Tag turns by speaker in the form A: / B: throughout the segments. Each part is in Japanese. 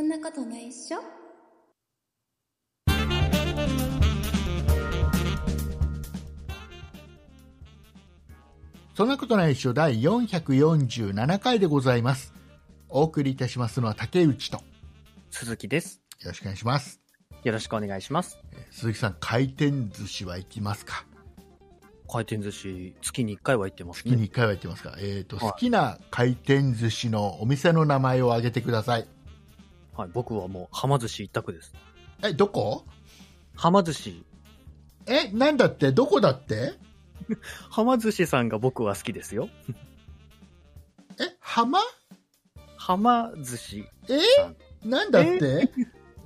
A: んなことないっしょ
B: そんなことないっしょ第447回でございます。お送りいたしますのは竹内と。よ
C: 鈴木です。
B: ろしくお願いします。
C: よろしくお願いします。
B: えー鈴木さん、回転寿司は行きますか
C: 回転寿司、月に1回は行ってます
B: 月
C: ね。
B: に1回は行ってますか、えっ、と、
C: はい
B: 好きな回転寿司のお店の名前を挙げてください。
C: はい、僕はもう、はま寿司一択です。
B: え、どこ
C: はま寿司、
B: え、なんだってどこだって
C: はま寿司さんが僕は好きですよ。
B: え、浜
C: はま寿司
B: え
C: さん。
B: なんだって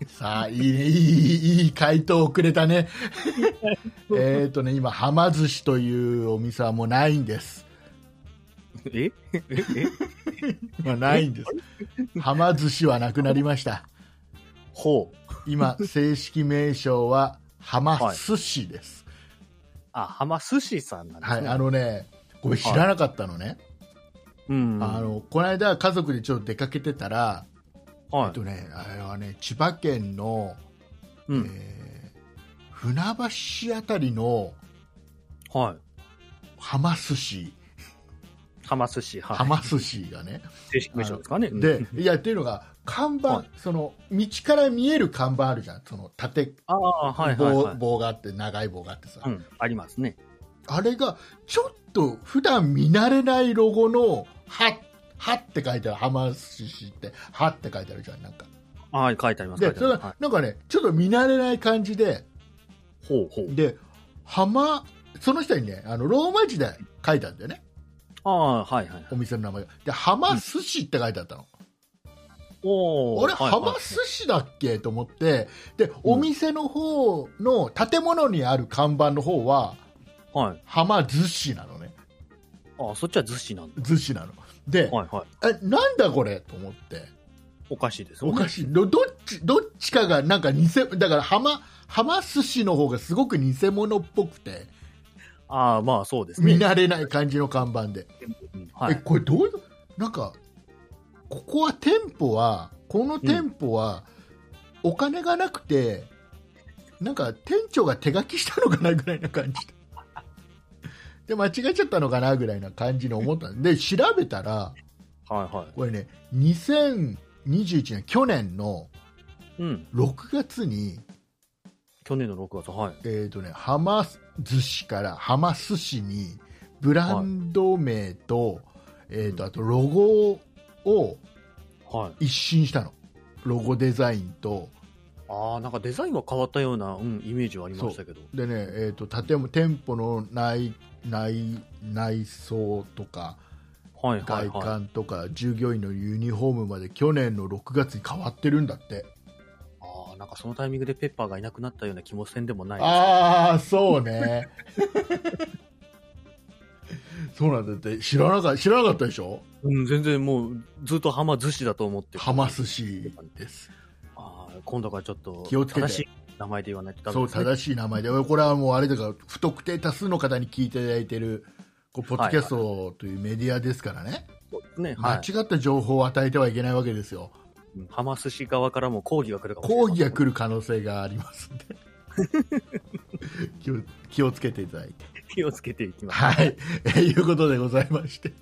B: さあ、いいね、いい、いいいい回答をくれたね。えっとね、今、はま寿司というお店はもうないんです。
C: え ええ
B: まあ、ないんです。 はま寿司はなくなりました。
C: ほう。
B: 今、正式名称は、はま寿司です。
C: あ、はま寿司さんなんです
B: はい、
C: ね。
B: あのね、これ知らなかったのね。
C: うん。
B: あの、この間、家族でちょっと出かけてたら、え
C: はい
B: っとね、あれはね、千葉県の、
C: うん。
B: えー船橋あたりの、
C: は
B: はま寿司、
C: い。はま寿司、は
B: はま寿司がね、
C: い。正式名称ですかね。うん
B: で、いや、っていうのが、看板、
C: はい
B: その、道から見える看板あるじゃん。その、縦、
C: ああ、はいはいは
B: 棒
C: い。
B: 棒があって、長い棒があってさ。
C: うん、ありますね。
B: あれが、ちょっと、普段見慣れないロゴの、は、はって書いてある。はま寿司って、はって書いてあるじゃん。なんか。
C: はい、書いてあります。書い
B: で、
C: て
B: そ
C: あ
B: れ
C: りますは
B: が、なんかね、ちょっと見慣れない感じで、
C: いほうほう。
B: で、はま、その人にね、あの、ローマ字で書いたんだよね。
C: ああ、はいはい。
B: お店の名前が。で、はま寿司って書いてあったの。
C: おお。
B: あれ、はま寿司だっけと思って、で、お店の方の建物にある看板の方は、
C: はいはい。
B: はま寿司なのね。
C: あ、そっちは寿司なんだ。
B: 寿司なの。で、
C: はいはい。
B: え、なんだこれと思って。
C: おかしいですよ
B: お
C: ね。
B: かしい。どどっち、どっちかがなんか偽、だから、はま、はま寿司の方がすごく偽物っぽくて、
C: ああ、まあそうですね。
B: 見慣れない感じの看板で。
C: うんは
B: え、
C: い。
B: これどういう、なんか、ここは店舗は、この店舗は、お金がなくて、なんか店長が手書きしたのかなぐらいな感じで。 で、間違えちゃったのかなぐらいな感じに思ったんで、調べたら、
C: はいは
B: これね、2021年、去年の
C: い。うん。
B: 6月に、
C: 去年の6月、はい。
B: えっ、とね、はま寿司からはま寿司に、ブランド名と、えっ、と、あとロゴを、
C: はい。
B: 一新したのロゴデザインと
C: ああ、なんかデザインは変わったような、うん、イメージはありましたけど。
B: でね、えー、と建物店舗の内内内装とか
C: はいはい
B: 外
C: は
B: 観とか従業員のユニフォームまで去年の6月に変わってるんだって
C: い。ああ、なんかそのタイミングでペッパーがいなくなったような気もせんでもない。
B: ああそうね そうなんだって知らなか知らなかったでしょ
C: うん、全然もう、ずっと浜寿司だと思ってる
B: ハマ寿司です
C: ああ、今度からちょっと、
B: 気をつけて
C: 正しい名前で言わないとダメ
B: そう
C: です、ね。
B: 正しい名前でこれはもうあれだから不特定多数の方に聞いていただいてるこうポッドキャストというメディアですからね、
C: そうですね。は
B: 間違
C: い。
B: った情報を与えてはいけないわけですよ、
C: うん浜寿司側からも抗議が来るかもしれない。
B: 抗議が来る可能性がありますんで気を気をつけていただいて。
C: 気をつけていきます。
B: はい、えーいうことでございまして、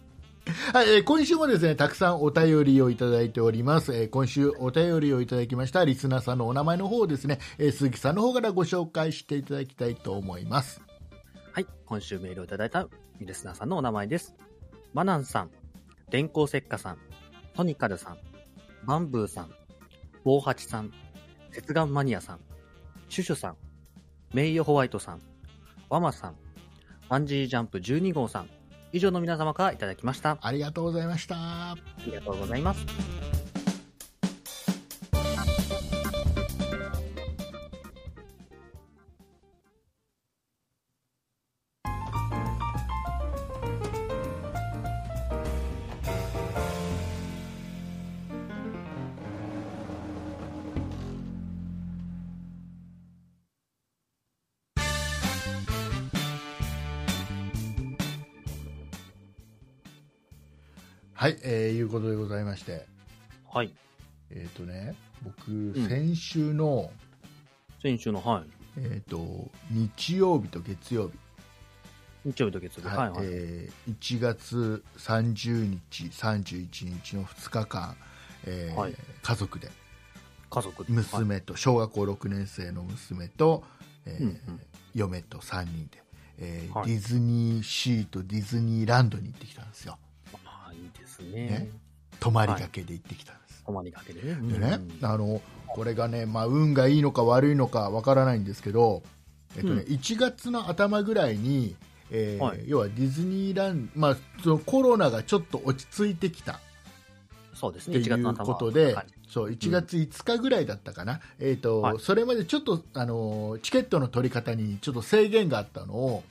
B: はいえー今週もですねたくさんお便りをいただいております、えー今週お便りをいただきましたリスナーさんのお名前の方をですね、えー鈴木さんの方からご紹介していただきたいと思います。
C: はい、今週メールをいただいたミレスナーさんのお名前です。バナンさん、電光石火さん、トニカルさん、バンブーさん、ボウハチさん、接眼マニアさん、シュシュさん、メイヨホワイトさん、ワマさん、バンジージャンプ12号さん、以上の皆様からいただきました。あ
B: ありがとうございました。
C: りがとうございます。
B: はい、えーいうことでございまして、
C: はい。
B: えっ、とね僕、
C: ん
B: 先週の、
C: 先週の、はい。
B: えー、と日曜日と月曜日、
C: 日曜日と月曜日。はいはい。
B: えー1月30日、31日の2日間、えー
C: はい
B: 家族で
C: 家族で。はい
B: 娘と小学校6年生の娘と、えー
C: うんうん
B: 嫁と3人で、えー
C: はい
B: ディズニーシーとディズニーランドに行ってきたんですよ
C: ああ、いいです
B: ね
C: ね。
B: 泊まりがけで行ってきたんです、
C: 困りがけでね。
B: でね
C: うん、
B: あのこれがね、まあ、運がいいのか悪いのかわからないんですけど、えっとね
C: う
B: 1月の頭ぐらいに、えー
C: はい
B: 要はディズニーランド、まあ、そのコロナがちょっと落ち着いてきた
C: そうです
B: っ
C: ね。
B: て
C: 1月
B: い
C: の
B: う
C: 頭。
B: ことで、
C: はい
B: そう1月5日ぐらいだったかな、えーと
C: はい
B: それまでちょっと、あのーチケットの取り方にちょっと制限があったのを、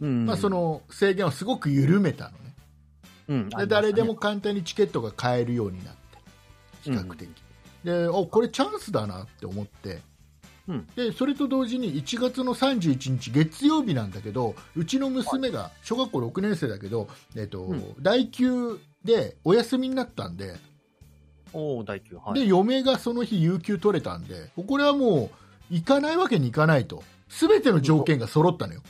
C: うん
B: まあ、そ、の制限をすごく緩めたのね
C: うん
B: で誰でも、簡単にチケットが買えるようになって比較的、でおこれチャンスだなって思って、
C: うん
B: でそれと同時に1月の31日月曜日なんだけどうちの娘が小学校6年生だけど、えーと
C: うん
B: 代休でお休みになったんで、
C: おおー、大級、はい。
B: で嫁がその日有給取れたんでこれはもう行かないわけにいかないと全ての条件が揃ったのよ、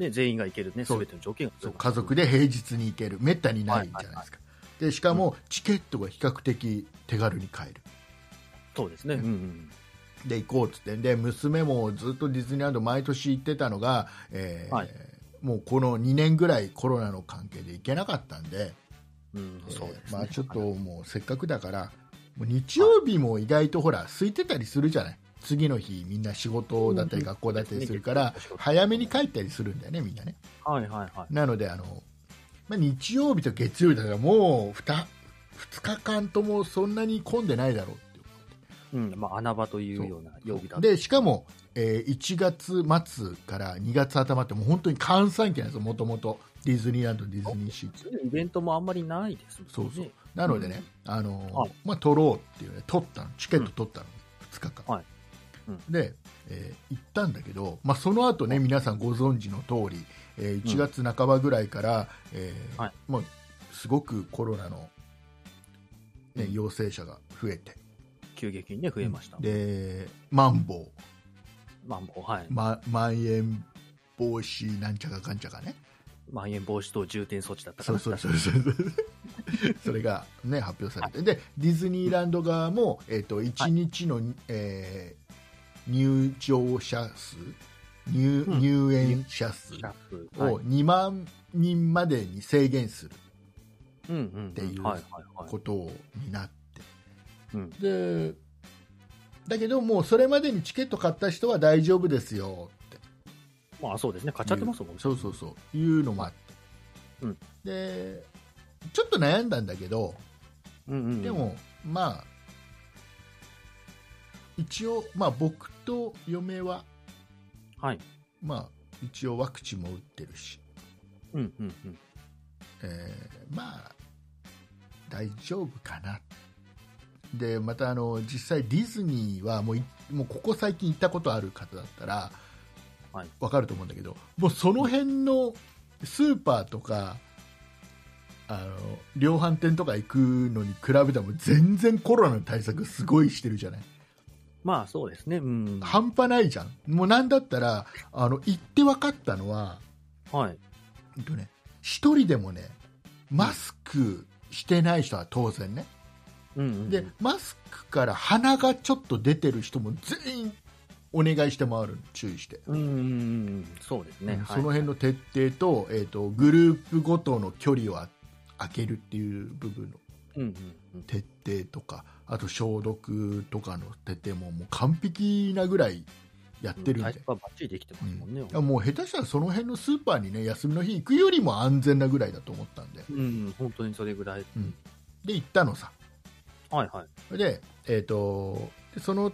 C: ね、全員が行けるね、
B: そ
C: す
B: う
C: べての条件が。
B: そう家族で平日に行けるめったにないじゃないですか、でしかもチケットが比較的手軽に買える
C: そうですね。うんうん。
B: で行こうっつってで娘もずっとディズニーランド毎年行ってたのが、えー
C: はい
B: もうこの2年ぐらいコロナの関係で行けなかったんで、
C: うん、そうですね
B: えーまあ、ちょっともうせっかくだからもう日曜日も意外とほら空いてたりするじゃない次の日みんな仕事だったり
C: うん
B: 学校だったりするから
C: 確かに
B: 早めに帰ったりするんだよねみんなね
C: はいはいはい。
B: なのであの、まあ、日曜日と月曜日だからもう 2, 2日間ともそんなに混んでないだろうっていう
C: うん、まあ、穴場というような曜日だった
B: でしかも、えー1月末から2月頭ってもう本当に閑散期なんですよもともとディズニーランドディズニーシーって
C: イベントもあんまりないですもんね。
B: そうそうなのでね、あのー
C: はい
B: まあ、取ろうっていうね取ったのチケット取ったの、2日間、
C: はいうん
B: で、えー行ったんだけど、まあ、その後ね皆さんご存知の通り、えー1月半ばぐらいから、えー
C: はい
B: まあ、すごくコロナの、ね
C: うん
B: 陽性者が増えて
C: 急激にね、増えました。
B: でマンボウ
C: まあ、もう、はい。
B: ままん延防止なんちゃかかんちゃかね
C: まん延防止等重点措置だったか
B: そう
C: ら。
B: そうそうそうそう それが、ね、発表されてでディズニーランド側も、えー、と1日の、えー入場者数入,、
C: うん
B: 入園者数
C: シャープはい
B: を2万人までに制限する
C: うんうん。って
B: いう
C: はいはいは
B: ことになって、
C: うん
B: でだけどもうそれまでにチケット買った人は大丈夫ですよって
C: い。まあ、そうですね。買っちゃってますもんね。
B: そうそうそういうのもあって、
C: うん
B: でちょっと悩んだんだけど
C: うんうん。
B: で、も、まあ一応、まあ、僕と嫁は、
C: はい。
B: まあ、一応ワクチンも打ってるし、
C: うんうんうん。
B: えーまあ大丈夫かなでまたあの実際ディズニーはもういもうここ最近行ったことある方だったら、
C: はい
B: わかると思うんだけどもうその辺のスーパーとかあの量販店とか行くのに比べても全然コロナの対策すごいしてるじゃない
C: まあ、そうですね。うん。
B: 半端ないじゃんもうなんだったらあの行って分かったのは
C: はい。
B: えっとね、一人でもね、マスクしてない人は当然ね。
C: うんうんうん。
B: で、マスクから鼻がちょっと出てる人も全員お願いして回るの注意して。
C: うんうんうんうん。そうですね。
B: うん
C: は
B: そ
C: い
B: の辺の徹底と、えっ、と、グループごとの距離をあ空けるっていう部分の
C: うんうんうん。
B: 徹底とか、あと消毒とかの徹底ももう完璧なぐらいやってるん
C: 対
B: で
C: 策。はバッチリできてますもんね。
B: うんもう下手したらその辺のスーパーにね、休みの日行くよりも安全なぐらいだと思ったんで。
C: うん、本当にそれぐらい。
B: うんで、行ったのさ。
C: はいはい。
B: で、えー、とでその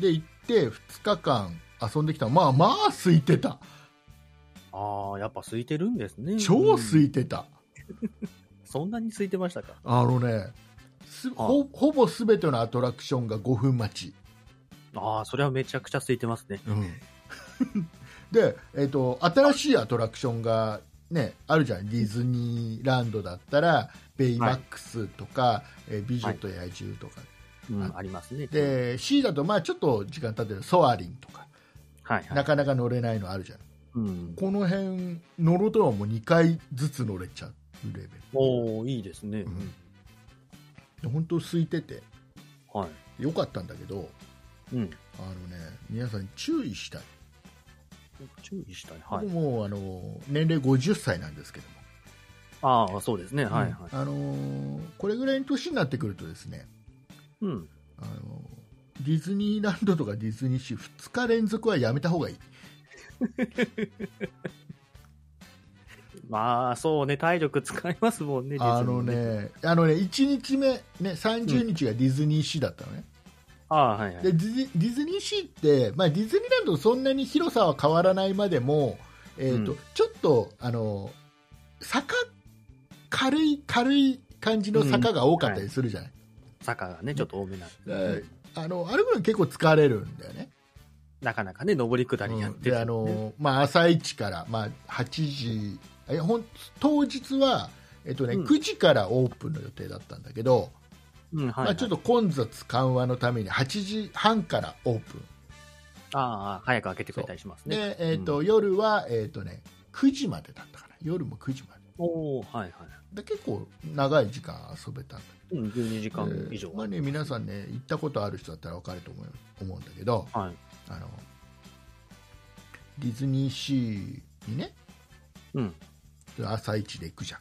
B: で行って2日間遊んできたのまあまあ空いてた
C: ああ、やっぱ空いてるんですね。
B: 超
C: う
B: 空
C: ん
B: いてた、
C: そんなに空いてましたか。
B: あのねすほほぼ全てのアトラクションが5分待ち、
C: ああ、それはめちゃくちゃ空いてますね。
B: で、えー、と新しいアトラクションが、ね、あるじゃんディズニーランドだったらベイマックスとか、えー美女と野獣とか
C: うん、ありますね。、
B: で C だとまあちょっと時間経ってるソアリンとか
C: はい、は。
B: ないかなか乗れないのあるじゃん
C: うん、
B: この辺乗ろうとはもう2回ずつ乗れちゃうレベル
C: おおいいですね。
B: うんで本当空いてて
C: はい。
B: よかったんだけど
C: うん。
B: あのね皆さん注意したい、
C: 注意したい。はい。
B: 僕もうあの年齢50歳なんですけども
C: ああ、そうですね。はい、はい。
B: あのーこれぐらいの年になってくるとですね、
C: うん。
B: あのーディズニーランドとかディズニーシー2日連続はやめた方がいい
C: まあ、そうね、体力使いますもんね、
B: あの
C: ディズニー。
B: ねあのね1日目、ね、30日がディズニーシーだったのね、
C: ああ、はい、はい。
B: でディズディズニーシーって、まあ、ディズニーランドとそんなに広さは変わらないまでも、えーと
C: うん
B: ちょっとあの坂軽い軽い感じの坂が多かったりするじゃない、
C: 坂がね、ちょっと多めなんで、
B: はい
C: うん
B: あのあれぐらい結構疲れるんだよね。
C: なかなかね、上り下りやっ
B: うんで
C: てる、
B: あのまあ、朝一から、まあ、8時えほん当日は、えっとね
C: うん
B: 9時からオープンの予定だったんだけど、
C: うん、はい、
B: ま
C: は
B: あ、
C: い。
B: ちょっと混雑緩和のために8時半からオープン
C: ああ、早く開けてくれたりしますね。
B: で、えっと夜は、えっとね、9時までだったかな夜も9時まで
C: おおはい、は
B: で結構長い時間遊べたんだけ
C: い。うん、12時
B: ど
C: 間以上。
B: えーまあね、皆さんね行ったことある人だったら分かると思う思うんだけど
C: はい。
B: あのディズニーシーにね
C: うん。
B: 朝一で行くじゃん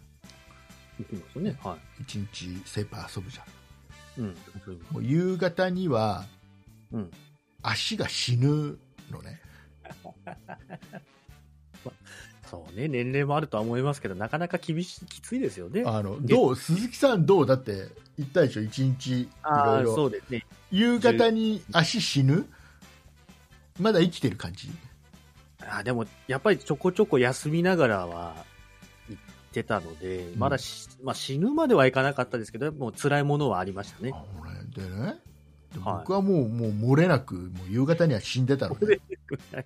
C: 行きますね。は
B: 一日セーパー遊ぶじゃん
C: い。うん。
B: もう夕方には
C: うん。
B: 足が死ぬのね
C: そうね、年齢もあるとは思いますけど、なかなか厳しい、きついですよね。
B: あのどう鈴木さんどうだって言ったでしょ一日いろ
C: あ
B: い
C: あ、そ
B: ろ
C: うですね。
B: 夕方に足死ぬまだ生きてる感じ
C: あーでも、やっぱりちょこちょこ休みながらは行ってたので、
B: ん
C: まだし、まあ、死ぬまではいかなかったですけど、もう辛いものはありましたね。
B: あ俺でねで
C: はい
B: 僕はもう,、もう漏れなくもう夕方には死んでたの
C: 漏
B: で
C: れはい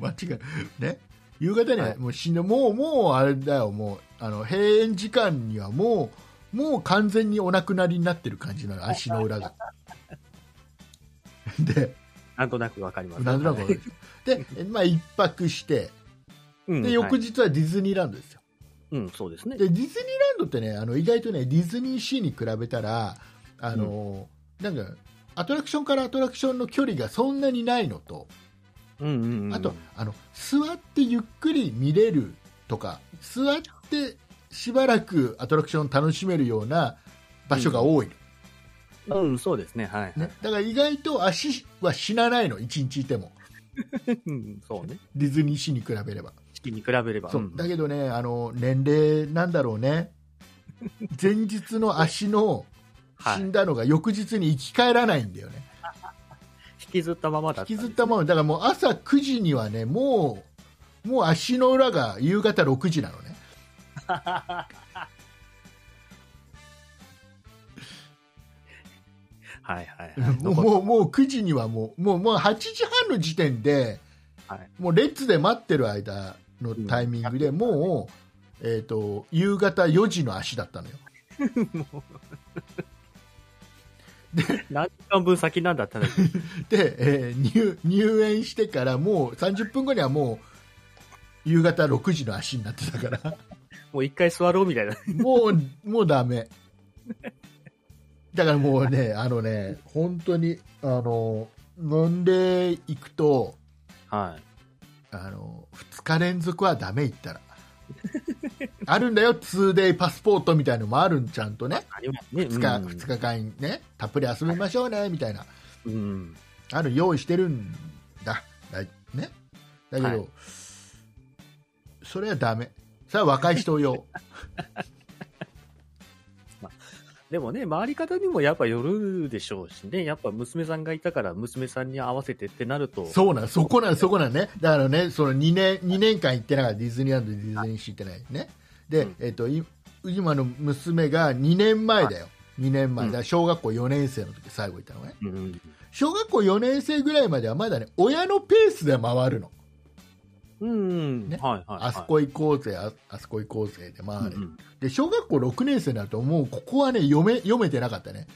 B: 間違いね夕方に
C: は
B: はいもう死んで、もうもうあれだよもうあの閉園時間にはもうもう完全にお亡くなりになってる感じなの足の裏 がで
C: なんとなくわかります。
B: なんとなくわかるでしょで、まあ、一泊して
C: うん、
B: で翌
C: 日、
B: 日はディズニーランドですよ
C: うん、そうですね。
B: でディズニーランドってねあの意外とねディズニーシーに比べたらあの、なんかアトラクションからアトラクションの距離がそんなにないのと
C: うんうんうん。
B: あとあの座ってゆっくり見れるとか座ってしばらくアトラクションを楽しめるような場所が多い、
C: うん、そうです ね。はい。
B: ね、だから意外と足は死なないの1日いても
C: うんそうね。
B: ディズニーシーに比べれば
C: 式に比べれば。
B: そう
C: うん
B: だけどねあの年齢なんだろう ね前日の足の
C: はい
B: 死んだのが翌日に生き返らないんだよね、
C: 引きずったままだ
B: 引き
C: ったんです
B: ずったままだからもう朝9時にはねもうもう足の裏が夕方6時なの ね
C: はいはいはい。
B: もうもうもう9時にはもうもうもう8時半の時点で、
C: はい
B: もうレッツで待ってる間のタイミングで、
C: うん
B: もう、えー、と夕方4時の足だったのよ
C: 何時間分先なんだったんだけど
B: で、えー入入園してからもう30分後にはもう夕方6時の足になってたから
C: もう一回座ろうみたいな。
B: もう、もうダメ。だからもうね、あのね、本当に、あの、飲んでいくと、
C: は
B: あの、2日連続はダメ行ったら。あるんだよ、2day パスポートみたいのもあるん、ちゃんとね
C: い。。ありますね。
B: 2日、二日間ね、たっぷり遊びましょうね、みたいな。
C: うん。うん。
B: ある、用意してるんだ。だね。だけど、
C: はい
B: それはダメ。それは若い人用。
C: でもね、回り方にもやっぱよるでしょうしね。やっぱ娘さんがいたから、娘さんに合わせてってなると。
B: そうなん、そこなん、そこなんね。だからね、その2年、二年間行ってなかった、ディズニーランド、ディズニーシー行ってないね。で、
C: うん
B: えっと、い今の娘が2年前だよ。2年前。
C: うん
B: だから小学校4年生の時、最後行ったのね。
C: うんうん。
B: 小学校4年生ぐらいまではまだね、親のペースで回るの。
C: うんうん。
B: ね
C: はいはい、はい。
B: あそこ行こうぜ、ああそこ行こうぜで
C: うんう
B: 回る。
C: ん
B: で、小学校6年生になると、もうここはね、読め、読めてなかったね。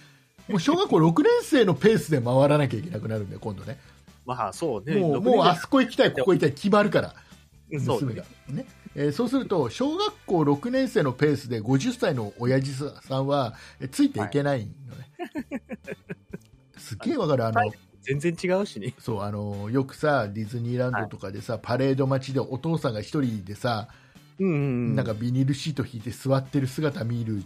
B: もう小学校6年生のペースで回らなきゃいけなくなるんで、今度ね。
C: まあ、そうね。
B: もう、
C: 六
B: もう
C: 年生
B: あそこ行きたい、ここ行きたい、決まるから、
C: そう
B: 娘
C: ね
B: が。ね。えーそうすると、小学校6年生のペースで50歳の親父さんは、えついていけないのね。すっげえわかる、あの、
C: はい全然違うしね。
B: そうあのよくさディズニーランドとかでさ、パレード待ちでお父さんが一人でさ、
C: うんうんうん。
B: なんか、ビニールシート引いて座ってる姿見る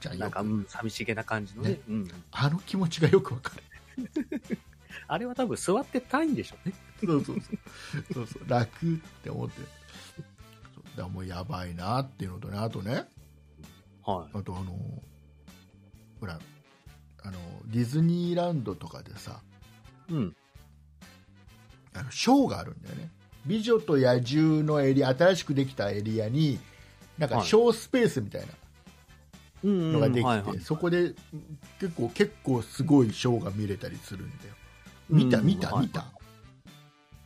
B: じゃん
C: なん
B: よ
C: か、
B: く
C: うん寂しげな感じのね。
B: ね
C: うん。
B: あの気持ちがよくわかる
C: あれは多分座ってたいんでしょうね。
B: そうそうそうそうそう楽って思ってそうだからもうやばいなっていうのとねあとね
C: は
B: あとあのほらあのディズニーランドとかでさ
C: い。うん。
B: あのショーがあるんだよね「美女と野獣」のエリア新しくできたエリアになんか
C: はい
B: ショースペースみたいな、
C: うんうん。
B: のができて、
C: はいはい
B: そこで結構結構すごいショーが見れたりするんだよ見た
C: うん
B: 見た、
C: はい
B: 見た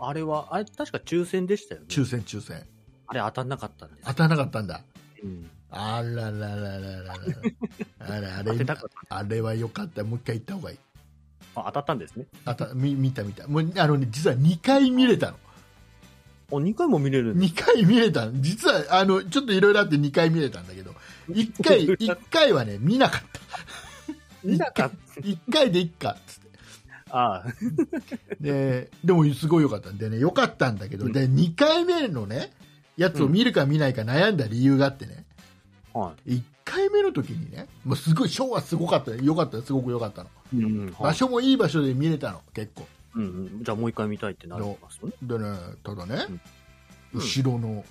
C: あれは、あれ、確か抽選でしたよね。
B: 抽選抽選
C: あれ当たんなかったんです。
B: 当たらなかったんだ
C: うん
B: あららららららあれあれ
C: 当てたかっ
B: あれはよかったもう一回行った方がいい
C: あ当たったんですね。
B: あた見見た見たもうあの、ね、実は2回見れたの
C: お、2回も見れるんです
B: 2回見れたの実はあのちょっといろいろあって2回見れたんだけど1回 一回はね見なかった
C: 見なかっ
B: 1回でいっかっつって
C: た。ああ、
B: ででもすごい良かったんでね良かったんだけど、
C: うん
B: で2回目のねやつを見るか見ないか悩んだ理由があってね、
C: は
B: 1回目の時にねもうすごいショーはすごかったよ良かったすごく良かったの、
C: い。うん、うん。は
B: 場
C: い。
B: 所もいい場所で見れたの結構
C: うんうん。じゃあもう一回見たいってなりますよね。
B: でねただね、
C: うん
B: 後ろの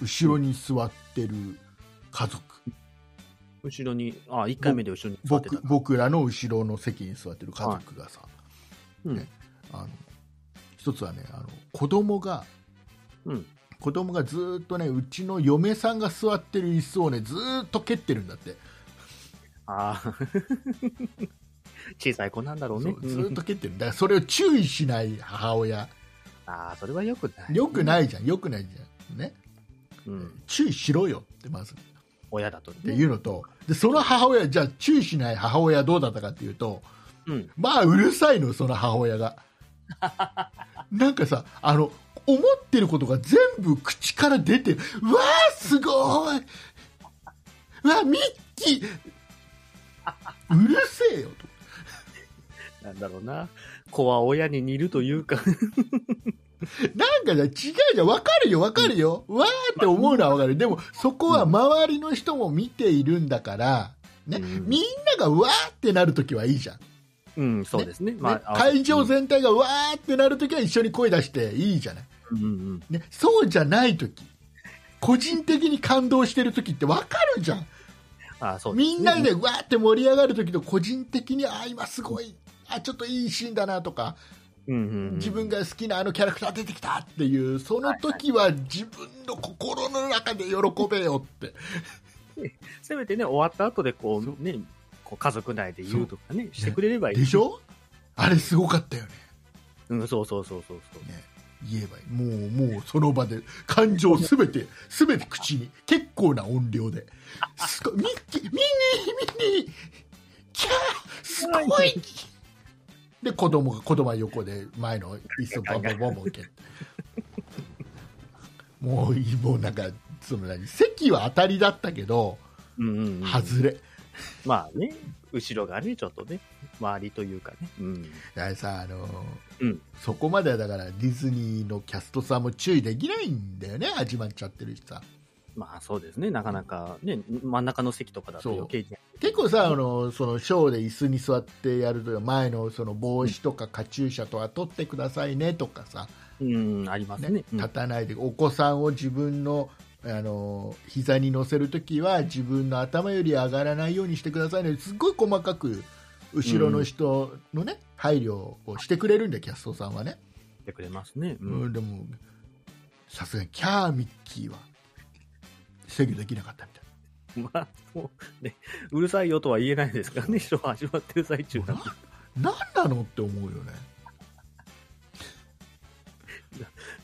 B: 後ろに座ってる家族、
C: 後ろに、ああ、1回目で後ろに座ってた
B: 僕。僕らの後ろの席に座ってる家族がさ、
C: うん
B: ねあの一つはねあの子供が
C: うん。
B: 子供がずーっとねうちの嫁さんが座ってる椅子をねずーっと蹴ってるんだって、
C: ああ。 小さい子なんだろうね。
B: そうずーっと蹴ってるんだからそれを注意しない母親
C: ああ、それはよくない。
B: よく
C: い。
B: ないじゃんよくないじゃんね
C: うん。
B: 注意しろよってまずっ
C: 親だとね。
B: ていうのとでその母親じゃあ注意しない母親はどうだったかっていうと
C: うん。
B: まあうるさいのその母親 がなんかさあの思ってることが全部口から出てるうわーすごいうわミッキーうるせえよと
C: なんだろうな。子は親に似るというか。
B: なんかじゃ違うじゃん分かるよ分かるよ、わーって思うのは分かるでもそこは周りの人も見ているんだから、ね
C: うん
B: みんながわーってなるときはいいじゃん、ね
C: うん、そうですね。まあ、
B: 会場全体がわーってなるときは一緒に声出していいじゃない
C: うんうん
B: ね、そうじゃない時個人的に感動してる時って分かるじゃん、
C: ああ、そうですね
B: みんなでわーって盛り上がる時と個人的にあー今すごいあちょっといいシーンだなとか、
C: うんうん。
B: 自分が好きなあのキャラクター出てきたっていうその時は自分の心の中で喜べよって
C: せめてね、終わった後でこう、ね、こう家族内で言うとかね、してくれればいい。
B: でしょあれすごかったよね
C: うん、そうそうそうそうそう。
B: ね言えばいいもうもうその場で感情すべてすべて口に結構な音量ですごいミッキーミニーミニーキャーすごいで子供が子供は横で前の椅子をバンバンバンバン蹴ってもういいもうなんかその何席は当たりだったけど
C: うんうん、うん。
B: 外れ
C: まあね、後ろがね、ちょっとね、周りというかね。うん。
B: だからさあのー
C: うん
B: そこまではだからディズニーのキャストさんも注意できないんだよね始まっちゃってるしさ
C: まあそうですね、なかなかね、真ん中の席とかだと
B: そう
C: 余計に。
B: 結構さあのそのショーで椅子に座ってやると前のその帽子とかカチューシャとは取ってくださいねとかさ、
C: うん、あります
B: ね
C: ね。うん
B: 立たないでお子さんを自分のあの膝に乗せるときは自分の頭より上がらないようにしてくださいねすっごい細かく後ろの人のね、配慮をしてくれるんでキャストさんはね、
C: してくれますね。う。
B: うんん、でもさすがにキャーミッキーは制御できなかったみたいな。
C: まあ、もう、ね、うるさいよとは言えないですからね、人は始まってる最中なんで。
B: な何なのって思うよね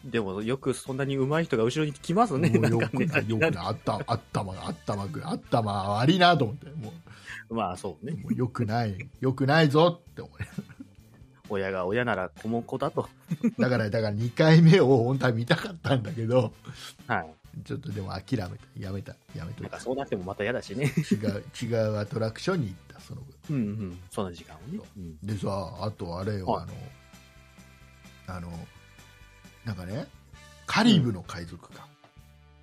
C: でもよくそんなに上手い人が後ろに来ますね。
B: も
C: な
B: うんよ
C: か
B: く
C: ね。
B: ないよくないあったあったまあったまくあったま悪いなと思っても
C: まあそ
B: う
C: うね。
B: もうよくないよくないぞって思い
C: 親が親なら子も子だと。
B: だからだから2回目を本当は見たかったんだけど
C: はい。
B: ちょっとでも諦めたやめたやめと
C: な
B: た
C: いんかそうなってもまた嫌だしね。
B: 違う違うアトラクションに行ったその後
C: うんうん。 その時間をね。うん
B: でさあとあれよ、
C: はい
B: あのあのなんかねカリブの海賊か、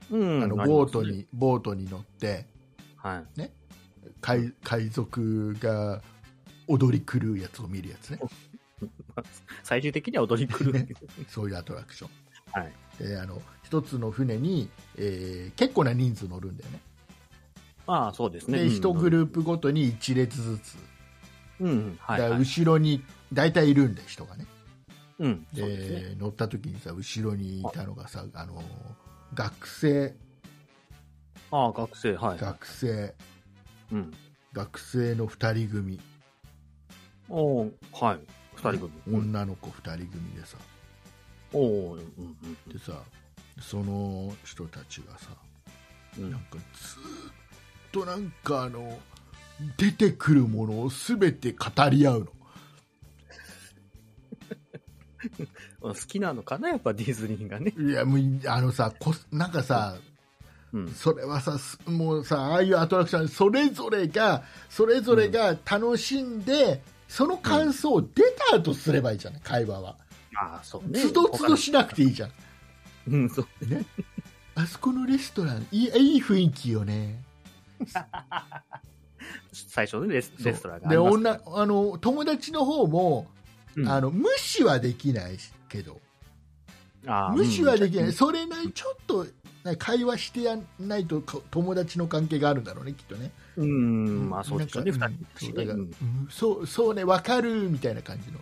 C: うん。
B: あの
C: ります
B: ボート。にボートに乗って
C: はい。
B: 海海賊が踊り狂うやつを見るやつね
C: 最終的には踊り狂う。
B: そういうアトラクション、
C: はい
B: であの一つの船に、えー結構な人数乗るんだよね
C: ま あそうですね。
B: で一グループごとに一列ずつ、
C: うん。うん。はい、
B: だから
C: はい。
B: 後ろに大体いるんだよ人がね
C: うん。
B: で
C: そうですね。
B: 乗った時にさ後ろにいたのがさあの学生
C: ああ、学生、はい。
B: 学生
C: うん。
B: 学生の2人組
C: おおはい。二人分。
B: 女の子2人組でさ
C: おおーうんうん
B: でさその人たちがさ
C: うん。
B: なんかずーっとなんかあの出てくるものを全て語り合うの
C: 好きなのかなやっぱディズニーがね。
B: いやもうあのさこなんかさ
C: うん。
B: それはさすもうさああいうアトラクションそれぞれがそれぞれが楽しんで、その感想を出た後すればいいじゃない会話は
C: ああ、 そうね。
B: つどつどしなくていいじゃん
C: うん、そう。
B: ね、あそこのレストランいいいい雰囲気よね
C: 最初のレス
B: そう
C: レストランがあ
B: で
C: ります
B: 女あの友達の方も、
C: うん
B: あの無視はできないけど
C: ああ
B: 無視はできない、
C: うん
B: それなりちょっとね会話してやんないとか友達の関係があるんだろうねきっとね
C: うん、まあそうですよね、
B: なん
C: 二
B: か
C: 人だ
B: うんそ
C: し
B: うだから
C: ね
B: う
C: う
B: んんそうそうね分かるみたいな感じの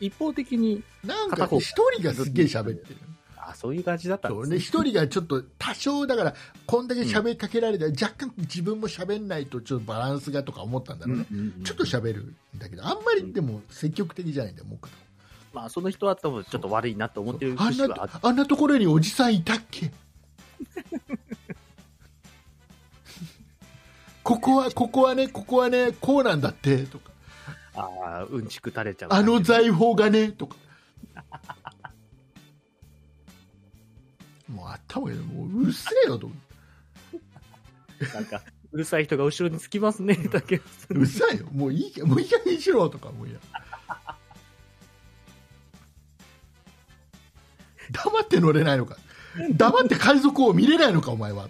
C: 一方的に、
B: なん
C: 片
B: か
C: 方
B: 一人がすげえ喋ってる
C: ああそういう感じだったん
B: そう
C: です
B: ね
C: ね。
B: 一人がちょっと多少だからこんだけ喋りかけられたら、若干自分も喋んないとちょっとバランスがとか思ったんだろうね、ちょっと
C: ゃ
B: 喋るんだけど、あんまりでも積極的じゃないんだよ、もう片方
C: まあその人は多分ちょっと悪いなと思ってる
B: あん
C: 節はあっ
B: なあんなところにおじさんいたっけ ここは、ここはね、ここはね、こうなんだって、とか、
C: ああ、うんちく垂れちゃう。
B: あの財宝がね、とか。もうあったもんやもううるせえよと思って
C: なんか、うるさい人が後ろにつきますね、 だけど。
B: うるさいよもういいかもういい加減にしろとか思いながら黙って乗れないのか黙って海賊を見れないのかお前は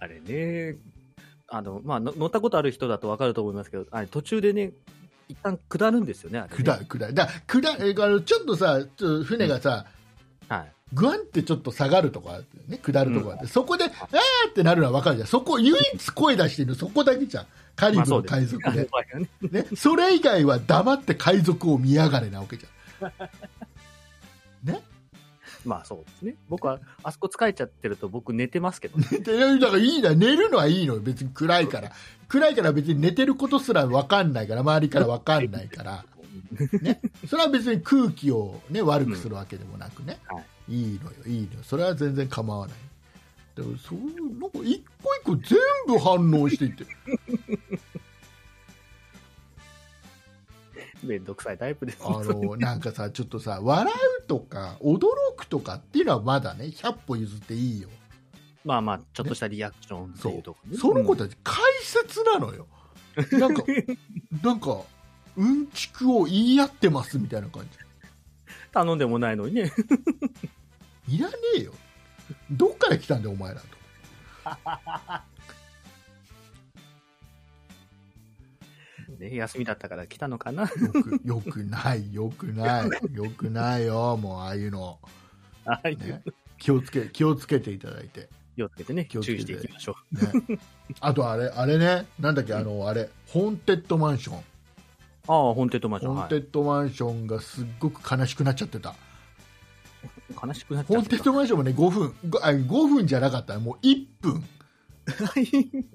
C: あれね、あの、まあ、の乗ったことある人だとわかると思いますけど、あれ途中でね、一旦下るんですよね、あれね
B: 下る下るだ下るえあのちょっとさちょっと船がさ、
C: はい。
B: グワンってちょっと下がるとこあるよね下るとこあって、そこであーってなるのは分かるじゃんそこ唯一声出してるのそこだけじゃんカリブの海賊
C: まあそう
B: で,、
C: すあの場合はね
B: ね、それ以外は黙って海賊を見やがれなわけじゃん
C: まあそうですね。僕は、あそこ疲れちゃってると僕寝てますけどね。
B: で だからいいな寝るのはいいのよ別に暗いから暗いから別に寝てることすら分かんないから周りから分かんないからそれは別に空気を、ね、悪くするわけでもなくね、
C: うんはい
B: い、いのよいいのよそれは全然構わないだからそういうなんか一個一個全部反応していっ て
C: めんどくさいタイプですね。
B: あのなんかさちょっとさ笑うとか驚くとかっていうのはまだね100歩譲っていいよ
C: まあまあ、ちょっとしたリアクションっていうとこね
B: その子たち解説なのよ、なんかなんかうんちくを言い合ってますみたいな感じ
C: 頼んでもないのにね。
B: いらねえよどっから来たんだよお前らと
C: ね休みだったから来たのかな。
B: よくよくないよくないよくないよもうああいうの、
C: ああいう
B: ね、気をつけ気をつけていただいて、
C: 気をつけてね、
B: 気をつ
C: 注
B: け
C: 意
B: て
C: していきましょ
B: ね、あとあれあれねなんだっけあのあれホーンテッドマンション
C: う。ああ、ホーンテッドマンショ
B: ホ
C: ン。
B: ー
C: は
B: ンテッドマンションがすっごく悲しくなっちゃってた
C: い、悲しくなっち
B: ホ
C: ゃ
B: ー
C: っ
B: ンテッ
C: た。
B: ドマンションもね5分 5, 分じゃなかったもう1分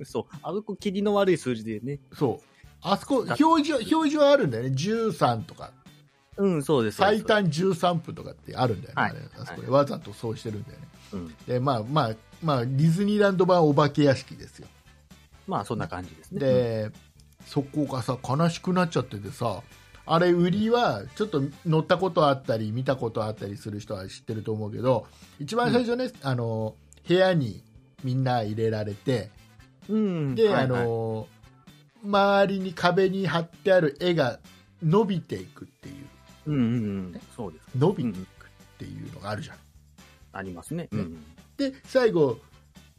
C: そう、あそこ、霧の悪い数字でね。
B: そうあそこ表示は表示はあるんだよね13とか
C: うん、そうです。そうで
B: 最
C: す。
B: 短13分とかってあるんだよね、
C: はい
B: あれあそこで
C: は
B: わざとそうしてるんだよね、
C: うん
B: でまあまあまあ、ディズニーランド版お化け屋敷ですよ、
C: まあ、そんな感じですね。
B: で、そこがさ、悲しくなっちゃっててさ、あれ、売りはちょっと乗ったことあったり、見たことあったりする人は知ってると思うけど、一番最初ね、あの部屋にみんな入れられて、
C: うん。
B: で、
C: はいはい
B: あ、の周りに壁に貼ってある絵が伸びていくっていう。
C: うんうんうん。そうです。
B: 伸びていくっていうのがあるじゃん、
C: ありますね。
B: う
C: うんん。
B: で最後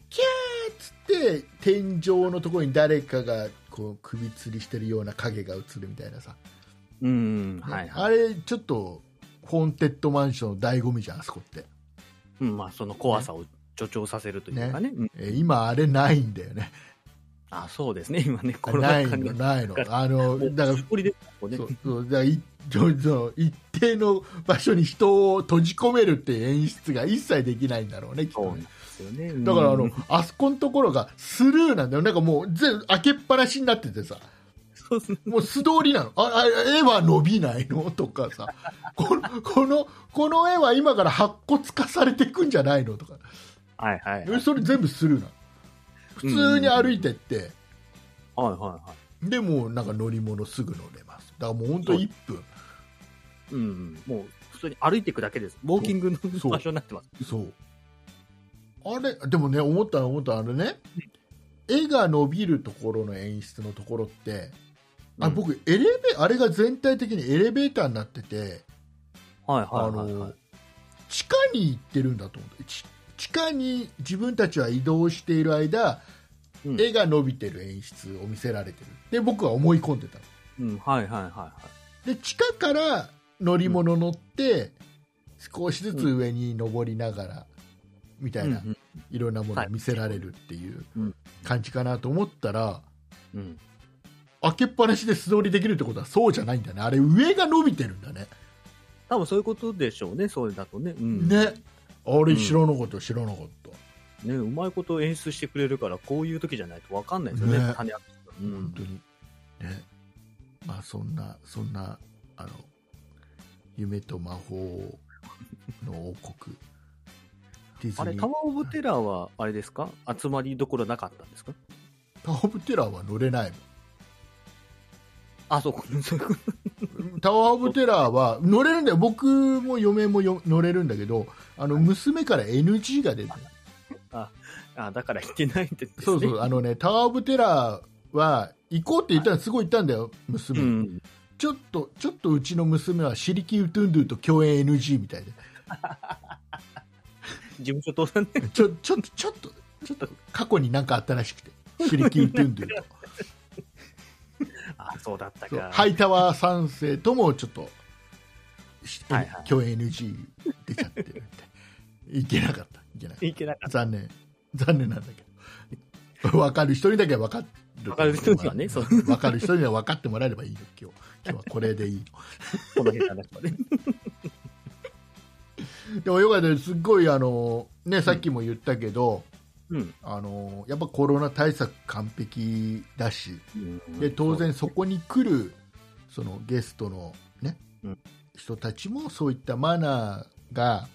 B: キャーっつって天井のところに誰かがこう首吊りしてるような影が映るみたいなさ、
C: うん。はいはい。
B: あれちょっとホーンテッドマンションの醍醐味じゃんあそこって、
C: うん、まあ、その怖さを助長させるというかね。うん
B: えー今あれないんだよね
C: あ、そうですね。今ね、コロナ
B: ない
C: 禍
B: の
C: に。
B: ないのあの
C: もう
B: だから
C: すっぽりですここね
B: そうそう だからいそうそう一定の場所に人を閉じ込めるっていう演出が一切できないんだろうねきっと
C: そう
B: ね
C: なんですよね。
B: だからあの、
C: うん
B: あそこのところがスルーなんだよ、なんかもう全部開けっぱなしになっててさ、
C: そうですね。
B: もう素通りなの、ああ絵は伸びないのとかさこのこの、この絵は今から白骨化されていくんじゃないのとか、
C: はいはいはい。はい
B: それ全部スルーなの、普通に歩いてって、
C: はいは
B: でもうなんか乗り物すぐ乗れます、だからもう本当1分、
C: い。うん。もう、普通に歩いていくだけです。ウォーキングの
B: そう
C: 場所になってます。
B: そうあれ、でもね、思ったの思ったのあれね、絵が伸びるところの演出のところって、あ
C: うん、
B: 僕エレベあれが全体的にエレベーターになってて、
C: はいは
B: あ
C: いはいは
B: の
C: い。
B: 地下に行ってるんだと思ってち地下に自分たちは移動している間、
C: うん
B: 絵が伸びてる演出を見せられてるで僕は思い込んでたの
C: うん、はいはいはいは
B: で地下から乗り物乗って、少しずつ上に上りながら、み
C: い。
B: た
C: う
B: い
C: ん
B: な、いろんなものを見せられるっていう
C: うん
B: 感じかなと思ったら
C: うんうん。
B: 開けっぱなしで素通りできるってことはそうじゃないんだねあれ上が伸びてるんだね。
C: 多分そういうことでしょうね、それだとね。うん。
B: ねあれ
C: ん
B: 知らなかった、知らなかった
C: ね、うまいこと演出してくれるから、こういう時じゃないと分かんないですよね、
B: ね
C: 種明かしがう
B: 本
C: ん
B: 当にねまあそんなそんなあの夢と魔法の王国ディズ
C: あれ、
B: ニ
C: タ
B: ー
C: ワー・オブ・テラーは、あれですか集まりどころなかったんですか
B: タワー・オブ・テラーは乗れない
C: あ、そうか、そうか。
B: もんタワー・オブ・テラーは乗れるんだよ僕も嫁もよ乗れるんだけどあの娘から NG が出てる
C: あ、だから行ってないんですね。
B: そうそうあのねタワー・オブ・テラーは行こうって言ったらすごい行ったんだよ
C: う
B: 娘、
C: ん。
B: ちょっとちょっとうちの娘はシリキ・ウトゥンドゥと共演 NG みたいで
C: 事務所通さね。
B: ちょちょっとちょっとちょっと過去になんかあったらしくてシリキウトゥンドゥと
C: あ、そうだった
B: そう
C: か。
B: ハイタワー三世ともちょっと、し
C: はいはい
B: 共演 NG 出ちゃってるみたいいけなかったいけなかっ
C: いけなか
B: た残念残念なんだけど分かる人にだけ分かる
C: 分かる人にはねそう
B: 分かる人には分かってもらえればいいの今日今日はこれでいい
C: った、この辺の話はね。
B: のでもよかったですすっごいあのねさっきも言ったけど、
C: うん。
B: あのやっぱコロナ対策完璧だし、で当然そこに来るそのゲストの、ね
C: うん
B: 人たちもそういったマナーが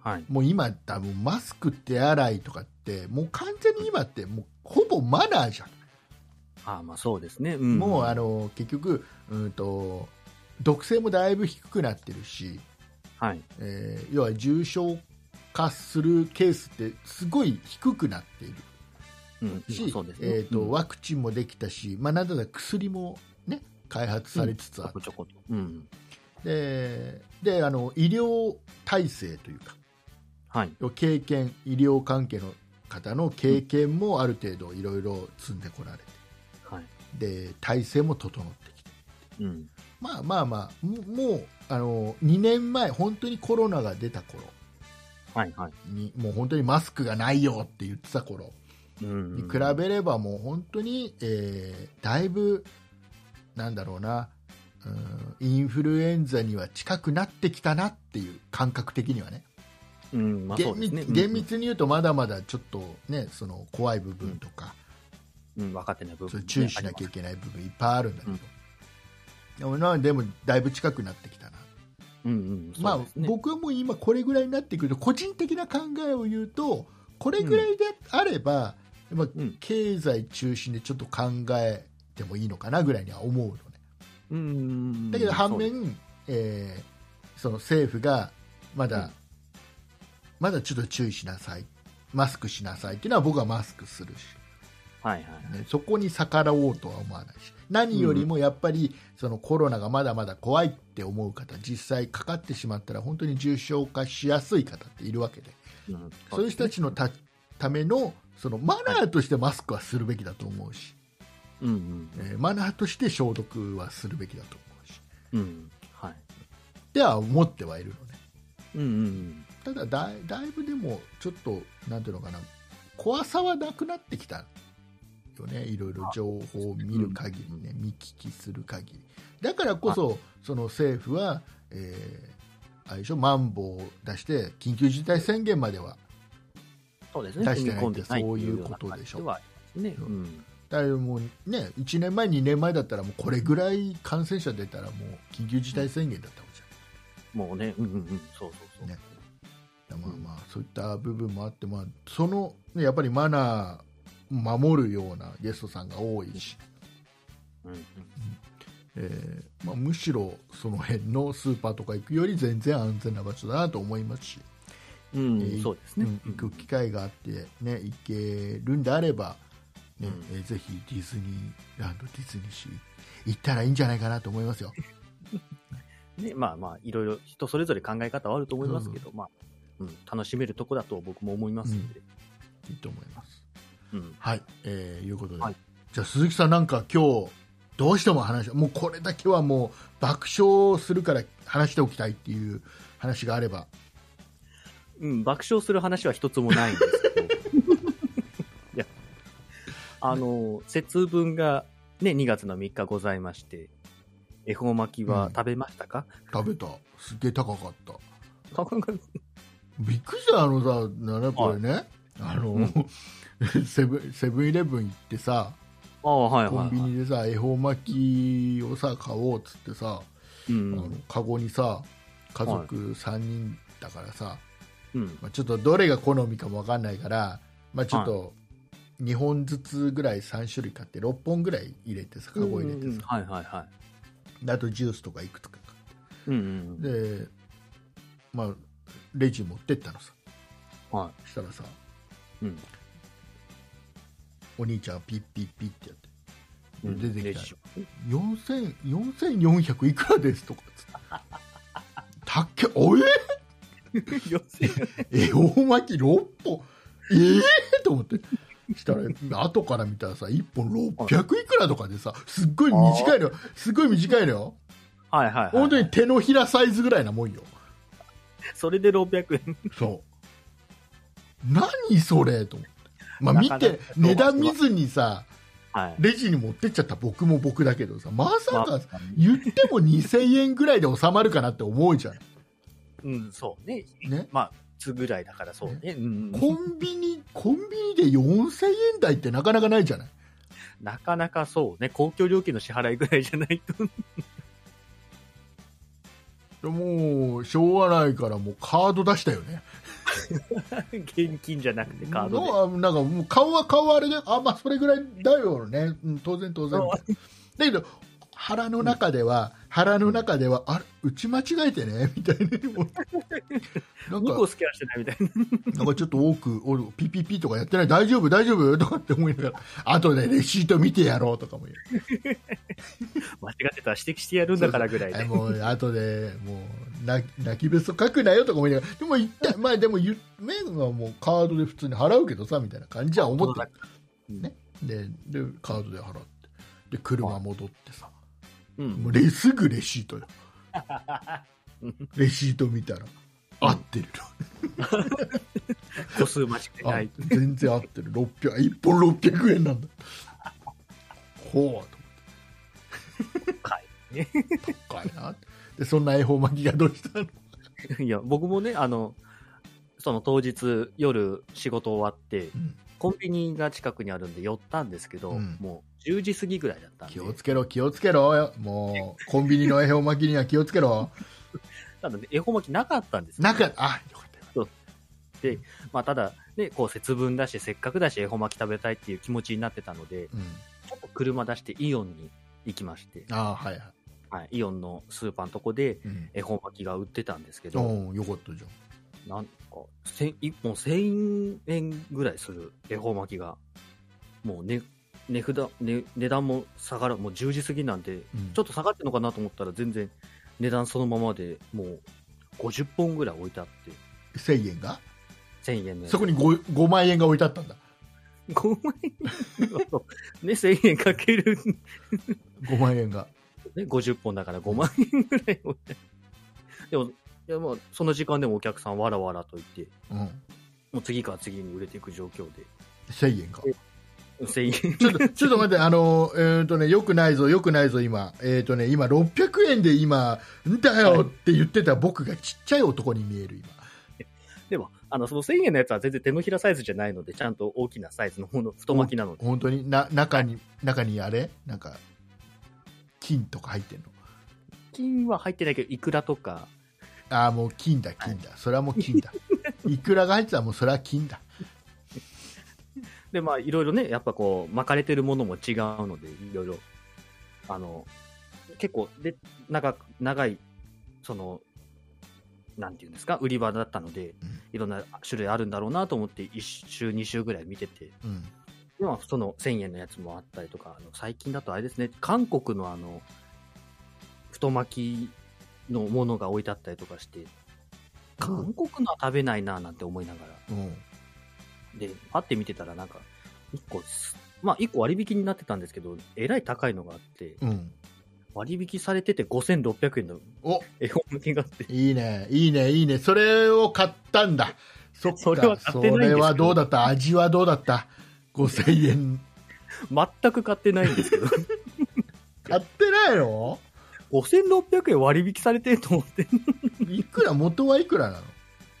C: はい。
B: もう今多分マスク手洗いとかってもう完全に今ってもうほぼマナーじゃん、
C: あ、まあそうですね。うん。
B: もうあ、の結局うんと毒性もだいぶ低くなってるし、
C: はい。
B: えー要は重症化するケースってすごい低くなっている
C: うん。
B: し、
C: そうですね。
B: えーと
C: うん
B: ワクチンもできたし、まあ、なんだったら薬も、ね、開発されつつあ
C: ちょ
B: る
C: こちょこと。うん。
B: でであの医療体制というか
C: はい。
B: 経験医療関係の方の経験もある程度いろいろ積んでこられ
C: はい。
B: てで体制も整ってきて
C: うん。
B: まあまあまあももうあの2年前本当にコロナが出た頃
C: はいはい。
B: にもう本当にマスクがないよって言ってた頃
C: うん。
B: に比べればもう本当に、えーだいぶなんだろうなうんインフルエンザには近くなってきたなっていう感覚的にはね
C: うん、まあそう
B: 厳
C: です
B: 密
C: ね。
B: 厳密に言うとまだまだちょっと、ね、その怖い部分とか、
C: うん。うん、分かってない部
B: そう
C: 分。
B: 注意しなきゃいけない部分いっぱいあるんだけど、でもなでもだいぶ近くなってきたなっ
C: うんうん。
B: まあ
C: そうですね、
B: 僕はもう今これぐらいになってくると個人的な考えを言うとこれぐらいであれば、まあ
C: うん
B: 経済中心でちょっと考えてもいいのかなぐらいには思うのね
C: うんうんうん。
B: だけど反
C: そう
B: 面、えーその政府がまだ、
C: うん
B: まだちょっと注意しなさいマスクしなさいっていうのは僕はマスクするし、
C: はいはい。
B: ね、そこに逆らおうとは思わないし何よりもやっぱりそのコロナがまだまだ怖いって思う方実際かかってしまったら本当に重症化しやすい方っているわけで
C: うん
B: そういう人たちのたためのそのマナーとしてマスクはするべきだと思うし、
C: うんうん。
B: えーマナーとして消毒はするべきだと思うし
C: うん。はい。
B: では思ってはいるのね
C: うんうん
B: ただだいだいぶでもちょっとなんていうのかな怖さはなくなってきたよねいろいろ情報を見る限りね、見聞きする限りだからこそその政府は、えー、あれでしょマンボウを出して緊急事態宣言までは
C: うん。そうですね。
B: 出してない
C: 踏み込んでな
B: そういう
C: って
B: ことでしょ
C: ような感じではありますね。うん。
B: だいぶもうね1年前2年前だったらもうこれぐらい感染者出たらもう緊急事態宣言だったわけじゃん
C: もうね、うんうんうん。そうそうそ
B: ね
C: う。
B: まあまあそういった部分もあって、まあ、そのねやっぱりマナー守るようなゲストさんが多いし、
C: うんうん。
B: えーまあ、むしろその辺のスーパーとか行くより全然安全な場所だなと思いますし、
C: うん、
B: えー
C: そうですね。
B: うん行く機会があって、ね、行けるんであれば、ね
C: うん
B: えーぜひディズニーランドディズニーシー行ったらいいんじゃないかなと思いますよ。
C: ね、まあまあ、いろいろ人それぞれ考え方はあると思いますけど、まあ、うん、楽しめるとこだと僕も思いますんで。
B: いいと思います。
C: うん。
B: はい、えーいうことで、
C: はい
B: じゃあ鈴木さんなんか今日どうしても話しもうこれだけはもう爆笑するから話しておきたいっていう話があれば
C: うん、爆笑する話は一つもないんです けど。いや、あの、節分がね、2月の3日ございまして、恵方巻き
B: う
C: は
B: ん
C: 食べまし たか、
B: 食べたすっげえ高かった
C: 高く
B: びっくりしたあのさならこれね、あの、
C: うん
B: セブンセブンイレブン行ってさ
C: ああ、はいはい、
B: コ
C: はい。
B: ンビニでさ恵方巻きをさ買おうっつってさ、
C: う
B: あの
C: ん。
B: カゴにさ家族3人だからさ、
C: うん。
B: まあ、ちょっとどれが好みかも分かんないから、まあ、ちょっと2本ずつぐらい3種類買って6本ぐらい入れてさカゴ入れて
C: うん
B: さ、
C: はいはいは
B: であとジュースとかいくつか買
C: い。うんうんうん。
B: ってで、まあ、レジ持ってったのさ
C: は
B: したらさ
C: い。うん。
B: お兄ちゃんがピッピッピッってやって
C: うん
B: 出てきた
C: でしょ
B: 4000 4400いくらですとかっつっ て。たっけおえ 恵方巻き6本ええと思ってしたら後から見たらさ1本600いくらとかでさすっごい短いのよすっごい短いのよ
C: はいはいはい。
B: 本当に手のひらサイズぐらいなもんよ
C: それで600円。
B: そう何それと思って、まあ、見
C: なかな
B: て
C: か
B: 値段見ずにさ
C: はい。
B: レジに持ってっちゃった僕も僕だけどさまさか
C: まあ
B: 言っても2000円ぐらいで収まるかなって思うじゃん
C: うん、そうね。
B: ね
C: まあ、つぐらいだからそうね。うんうん
B: コンビニコンビニで4000円台ってなかなかないじゃない
C: なかなかそうね。公共料金の支払いぐらいじゃないと。
B: もうしょうがないからもうカード出したよね
C: 現金じゃなくてカードで。
B: のあなんかもう顔は顔はあれであまあそれぐらいだよね、うん、当然当然
C: そ
B: だけど腹の中では、腹の中ではあれ打ち間違えてね みたいなもうなん
C: 2個
B: か
C: スキャンしてないみたいな。
B: なんかちょっと多く俺ピピピとかやってない大丈夫大丈夫とかって思いながら後でレシート見てやろうとかも言う
C: 間違ってたら指摘してやるんだからぐらい
B: え
C: で。
B: もう後でもう泣き泣きべそ書くなよとか思いながらでも一 体まあでも言っメイはもうカードで普通に払うけどさみたいな感じは思ってた
C: うん
B: ねででカードで払ってで車戻ってさ
C: うん
B: もうレすぐレシー トよ
C: うん
B: レシート見たら合ってる、
C: 個数間違いな
B: あ
C: い。
B: 全然合ってる600 1本600円なん だほう
C: 高いね
B: と高いなでそんな恵方巻きがどうしたの
C: いや、僕もね、あの、その当日夜仕事終わって、
B: ん
C: コンビニが近くにあるんで寄ったんですけど、
B: うん
C: もう10時過ぎぐらいだったんで
B: 気をつけろ気をつけろもうコンビニの恵方巻きには気をつけろ
C: ただね、恵方巻きなかったんですよ
B: なかったあよかったよ
C: まあ、ただ、ね、こう節分だし、せっかくだし、恵方巻き食べたいっていう気持ちになってたので、
B: うん、
C: ちょっと車出してイオンに行きまして、
B: ああはいはい、
C: はい、イオンのスーパーのとこで
B: うん、
C: 恵方巻きが売ってたんですけど、
B: おーよかったじゃん
C: なんか、千1本1000円ぐらいする恵方巻きが、もうね、値札、ね、値段も下がら、もう10時過ぎなんで、
B: うん
C: ちょっと下がってるのかなと思ったら全然値段そのままでもう50本ぐらい置いてあって、
B: 1000円が
C: 1000円のやつ
B: そこに 5, 5万円が置いてあったんだ
C: 5万円ね、1000円かける、
B: 5万円が
C: ね、50本だから5万円ぐらい置いてでも、でもその時間でもお客さんわらわらと言って、
B: うん
C: もう次から次に売れていく状況で、
B: 1000円か
C: 1000円。
B: ちょっとちょっと待って、あの、えーとね、よくないぞ、よくないぞ、今。えっ、とね、今、600円で今、んだよって言ってた僕がちっちゃい男に見える、今。
C: でも、あの、その1000円のやつは全然手のひらサイズじゃないので、ちゃんと大きなサイズのもの、太巻きなので、
B: 本当に、な、中に、中にあれなんか、金とか入ってんの
C: 金は入ってないけど、イクラとか、
B: ああ、もう金だ、金だ。それはもう金 だ。いくらが入ってたらもうそれは金だ。
C: でまあいろいろねやっぱこう巻かれてるものも違うのでいろいろあの結構で長く長いそのなんていうんですか売り場だったので
B: うん
C: いろんな種類あるんだろうなと思って1週2週ぐらい見てて
B: うん。
C: まあその1000円のやつもあったりとかあの最近だとあれですね韓国のあの太巻きのものが置いてあったりとかして韓国のは食べないななんて思いながら
B: うん。
C: で、パッて見てたら、なんか、1個す、まあ、1個割引になってたんですけど、えらい高いのがあって、
B: うん。
C: 割引されてて5600円の
B: お、
C: 絵本向けがあって、
B: いいね、いいね、いいね。それを買ったんだ。そっか。
C: それは買ってないんですけど
B: それはどうだった味はどうだった5000円
C: 全く買ってないんです けど、
B: 買ってないの
C: 5600円割引されてると思って、
B: いくら元はいくらなの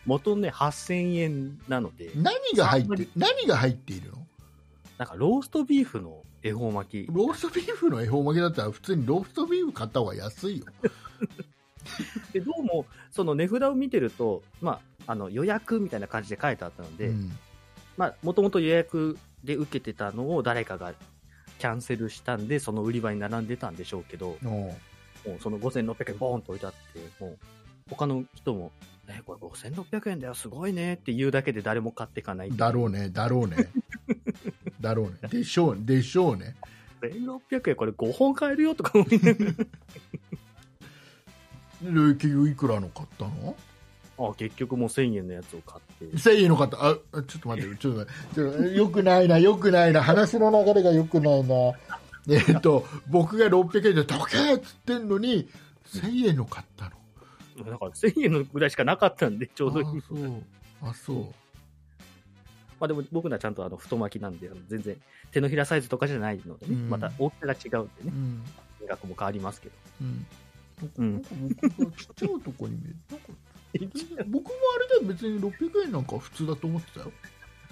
C: 元ね、8000円なので、
B: 何が入っ
C: 三
B: て
C: 割
B: 何が入っているの
C: なんかローストビーフの恵方巻き、
B: ローストビーフの恵方巻きだったら普通にローストビーフ買った方が安いよ
C: で、どうも、その値札を見てると、まあ、あの予約みたいな感じで書いてあったので、
B: うん
C: まあ、もともと予約で受けてたのを誰かがキャンセルしたんで、その売り場に並んでたんでしょうけど、
B: おう
C: もうその5600円ボーンと置いてあって、もう他の人も、え、これ5600円だよ、すごいねって言うだけで誰も買っていかない。
B: だろうねだろうねだろうねでしょうでしょうね
C: 1600円これ5本買えるよとか思いなが
B: で結局いくらの買ったの
C: ら、あ、結局もう1000円のやつを買って、
B: 1000円の買ったあちょっと待ってちょっと待ってちょっとよくないなよくないな話の流れがよくないなえっと僕が600円で「どけ!」っつってんのに1000円の買ったの
C: だから1000円のぐらいしかなかったんで、ちょうどいい。
B: あそうあそう
C: まあでも僕らちゃんとあの太巻きなんで、あの全然手のひらサイズとかじゃないのでね、
B: うん
C: また大きさが違うんで
B: う
C: ね、
B: ん
C: 金額も変わりますけど。
B: うん
C: うん
B: なん。か僕がちっちゃい男に見えるなんか全然僕もあれだよ別に600円なんか普通だと思ってたよ、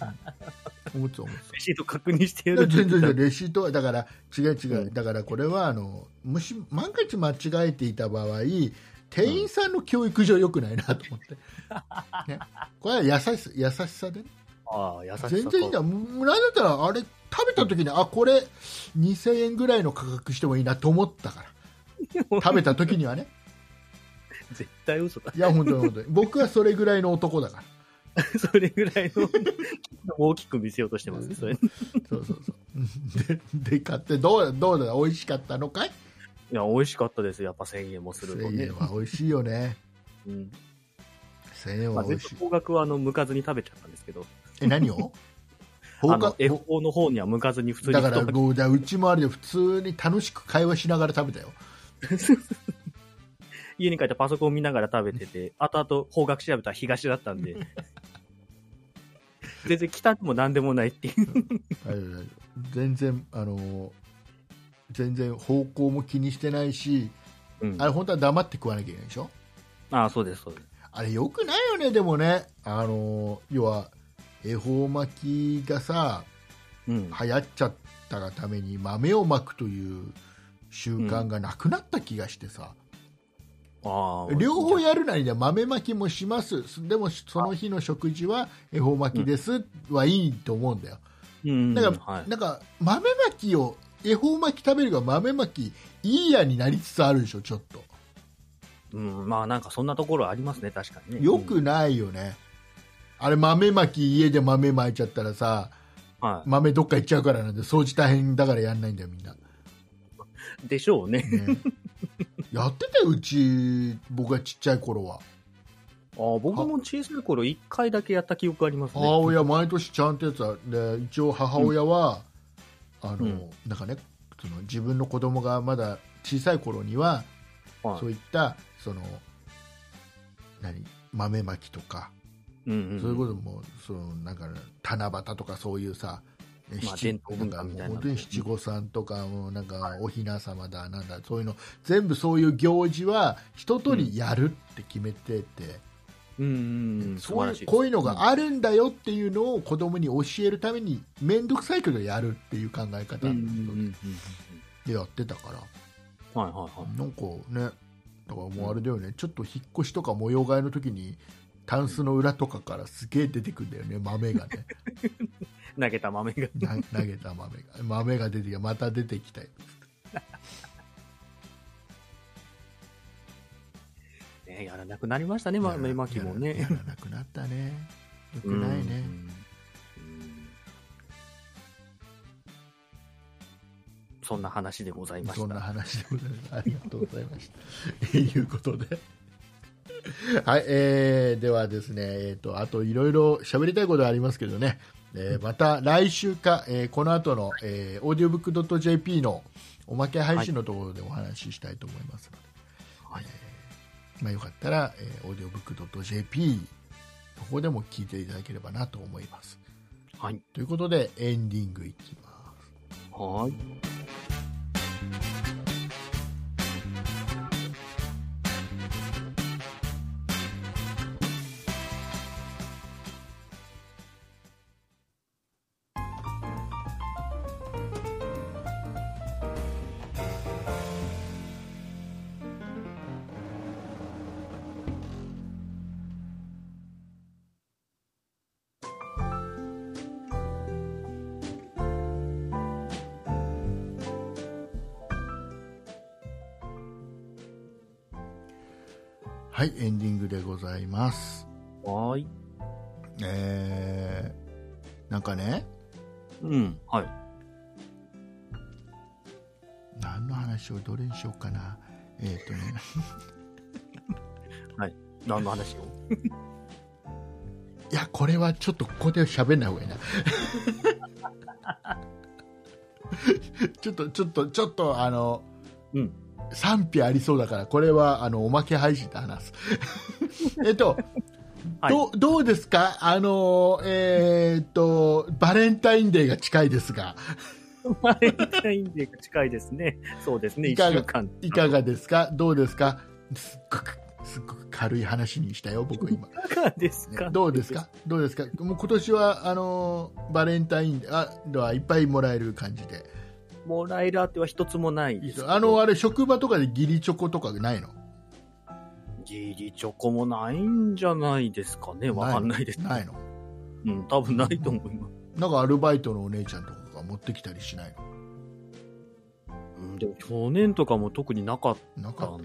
B: うん思ってた思ってた
C: レシート確認して
B: い
C: や
B: や
C: る
B: 全然レシートはだから違う違う、
C: うん
B: だからこれはあのもし万が一間違えていた場合店員さんの教育上良くないなと思って、ね、これは優しさ優しさでね
C: ああ、優しさと
B: 全然いいんだもうなんだったらあれ食べた時にあこれ2000円ぐらいの価格してもいいなと思ったから食べた時にはね
C: 絶対嘘だ。
B: いや本当に本当に僕はそれぐらいの男だから
C: それぐらいの 大きく見せようとしてますね、それ。い
B: そうそうそうでで買ってどうだどうだ美味しかったのかい
C: や、美味しかったです。やっぱ1000円もすると
B: 1000
C: ね
B: 円。は美味しいよね
C: うん。
B: 1000円
C: まあ、
B: は美味
C: 全
B: しい
C: 部高額はあの、向かずに食べちゃったんですけど、
B: え何 を
C: あ
B: 放課
C: の、恵方の方には向かずに普通に
B: だから
C: 太巻き
B: もうだうちもあれで普通に楽しく会話しながら食べた よ
C: 家に帰ってパソコン見ながら食べてて、後々方角調べたら東だったんで、全然北でも何でもないっ ていう。
B: 大丈夫大丈夫全然あの全然方向も気にしてないし
C: うん
B: あれ本当は黙って食わなきゃいけないでしょ
C: ああ、そうです、そうです。
B: あれよくないよねでもねあの要は恵方巻きがさ
C: うん。
B: 流行っちゃったがために豆をまくという習慣がなくなった気がしてさ、
C: ああ
B: 両方やるなりで豆まきもしますでもその日の食事は恵方巻きですはいいと思うんだよ
C: うん
B: だから、
C: はい、
B: なんか豆まきを恵方巻き食べるが豆まきいいやになりつつあるでしょちょっと
C: うん、まあなんかそんなところありますね確かにね
B: よくないよね、あれ豆まき家で豆まいちゃったらさ
C: は
B: 豆どっか行っちゃうからなんで掃除大変だからやんないんだよみんな、
C: い、でしょうね
B: ねやってたようち僕がちっちゃい頃は
C: ああ僕も小さい頃一回だけやった記憶ありますね
B: 母親毎年ちゃんとやつはで一応母親は、あの
C: うん
B: なんかねその自分の子供がまだ小さい頃には、
C: はい
B: そういったその何豆まきとか、
C: うんうん、
B: そういうこともそのなんか七夕とかそういうさ、
C: まあ
B: 七
C: 伝統文化みたいなの
B: んかもう本当に七五三とかもうなんかお雛様だなんだそういうの全部そういう行事は一通りやるって決めてて。
C: うんうんうん、素
B: そう
C: 晴
B: い
C: ら
B: う
C: しいです
B: こういうのがあるんだよっていうのを子供に教えるために面倒くさいけどやるっていう考え方
C: うんうんうんうんうん
B: でやってたから
C: はいはいはい
B: なんかねだからもうあれだよねちょっと引っ越しとか模様替えの時にタンスの裏とかからすげえ出てくるんだよね豆がね
C: 投げた豆が。
B: な投げた豆が豆が出てきてまた出てきたよ
C: ね、やらなくなりましたね、豆まきも
B: や
C: ね。
B: らなくなったねよくないね
C: うん。うんそんな話でございました。
B: そんな話でございます。ありがとうございました。ということで。 はい、えーではですね、えー、とあといろいろ喋りたいことはありますけどね、えーまた来週か、えーこの後の、えー、audiobook.jp のおまけ配信のところでお話ししたいと思いますので、
C: はい
B: まあ、よかったら、えー、audiobook.jp ここでも聞いていただければなと思います。
C: はい。
B: ということでエンディングいきます。
C: はい。
B: はい、エンディングでございます。
C: はい。
B: えーなんかね
C: うん。はい。
B: 何の話をどれにしようかなえっ、と ね
C: 何の話を。
B: いやこれはちょっとここで喋んない方 がいいなちょっとちょっとちょっとあの、
C: うん
B: 賛否ありそうだからこれはあのおまけ配信で話 すえっと、
C: はい
B: どうどうですかあのえーっとバレンタインデーが近いですが
C: バレンタインデーが 近いですね。そうですね。
B: い
C: 一
B: かが
C: 週間。
B: いかがですかどうですかすっごく、すっごく軽い話にしたよ、僕今。
C: いかがですか、
B: どうですかどうですかもう今年は、あのー、バレンタインあではいっぱいもらえる感じで。
C: もらえるあては一つもないですけど
B: あの、あれ、職場とかで義理チョコとかないの
C: ギリチョコもないんじゃないですかね。わかんないです。
B: ないの
C: うん、多分ないと思います。
B: なんかアルバイトのお姉ちゃんとかが持ってきたりしない
C: うん、でも去年とかも特になかっ
B: のなんか
C: たん、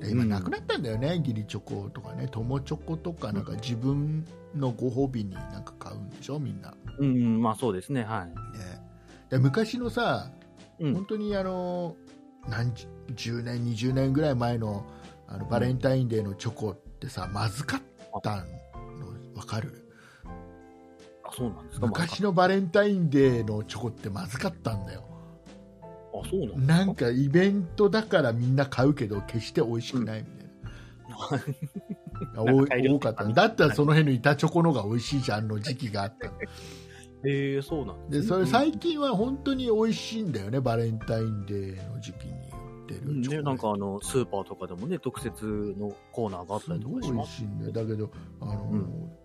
C: で。
B: 今なく
C: ない
B: なったんだよね、義理チョコとかね、友チョコとか、なんか自分のご褒美になんか買うんでしょ、みんな。
C: うん、うんまあそうですね。はい。
B: ね、で昔のさ、
C: うん
B: 本当にあの何十10年、20年ぐらい前のあのバレンタインデーのチョコってさ、まずかったのわかる
C: あ、そうなんですか。
B: 昔のバレンタインデーのチョコってまずかったんだよ
C: まああ、そうなんですか。
B: なんかイベントだからみんな買うけど決して美味しくないみたいな。が
C: なん
B: 多
C: か大量
B: い多かっただったらその辺の板チョコの方が美味しいじゃんの時期があったの
C: ええそうなん
B: でそれ
C: 最
B: 最近は本当に美味しいんだよねバレンタインデーの時期に売ってるチョコレート
C: ね、なんかあの、スーパーとかでもね、特設のコーナーがあっ
B: す
C: たりと
B: ごい
C: かし
B: 美
C: ま
B: 味
C: す。
B: しいんだよだけどあの、
C: うん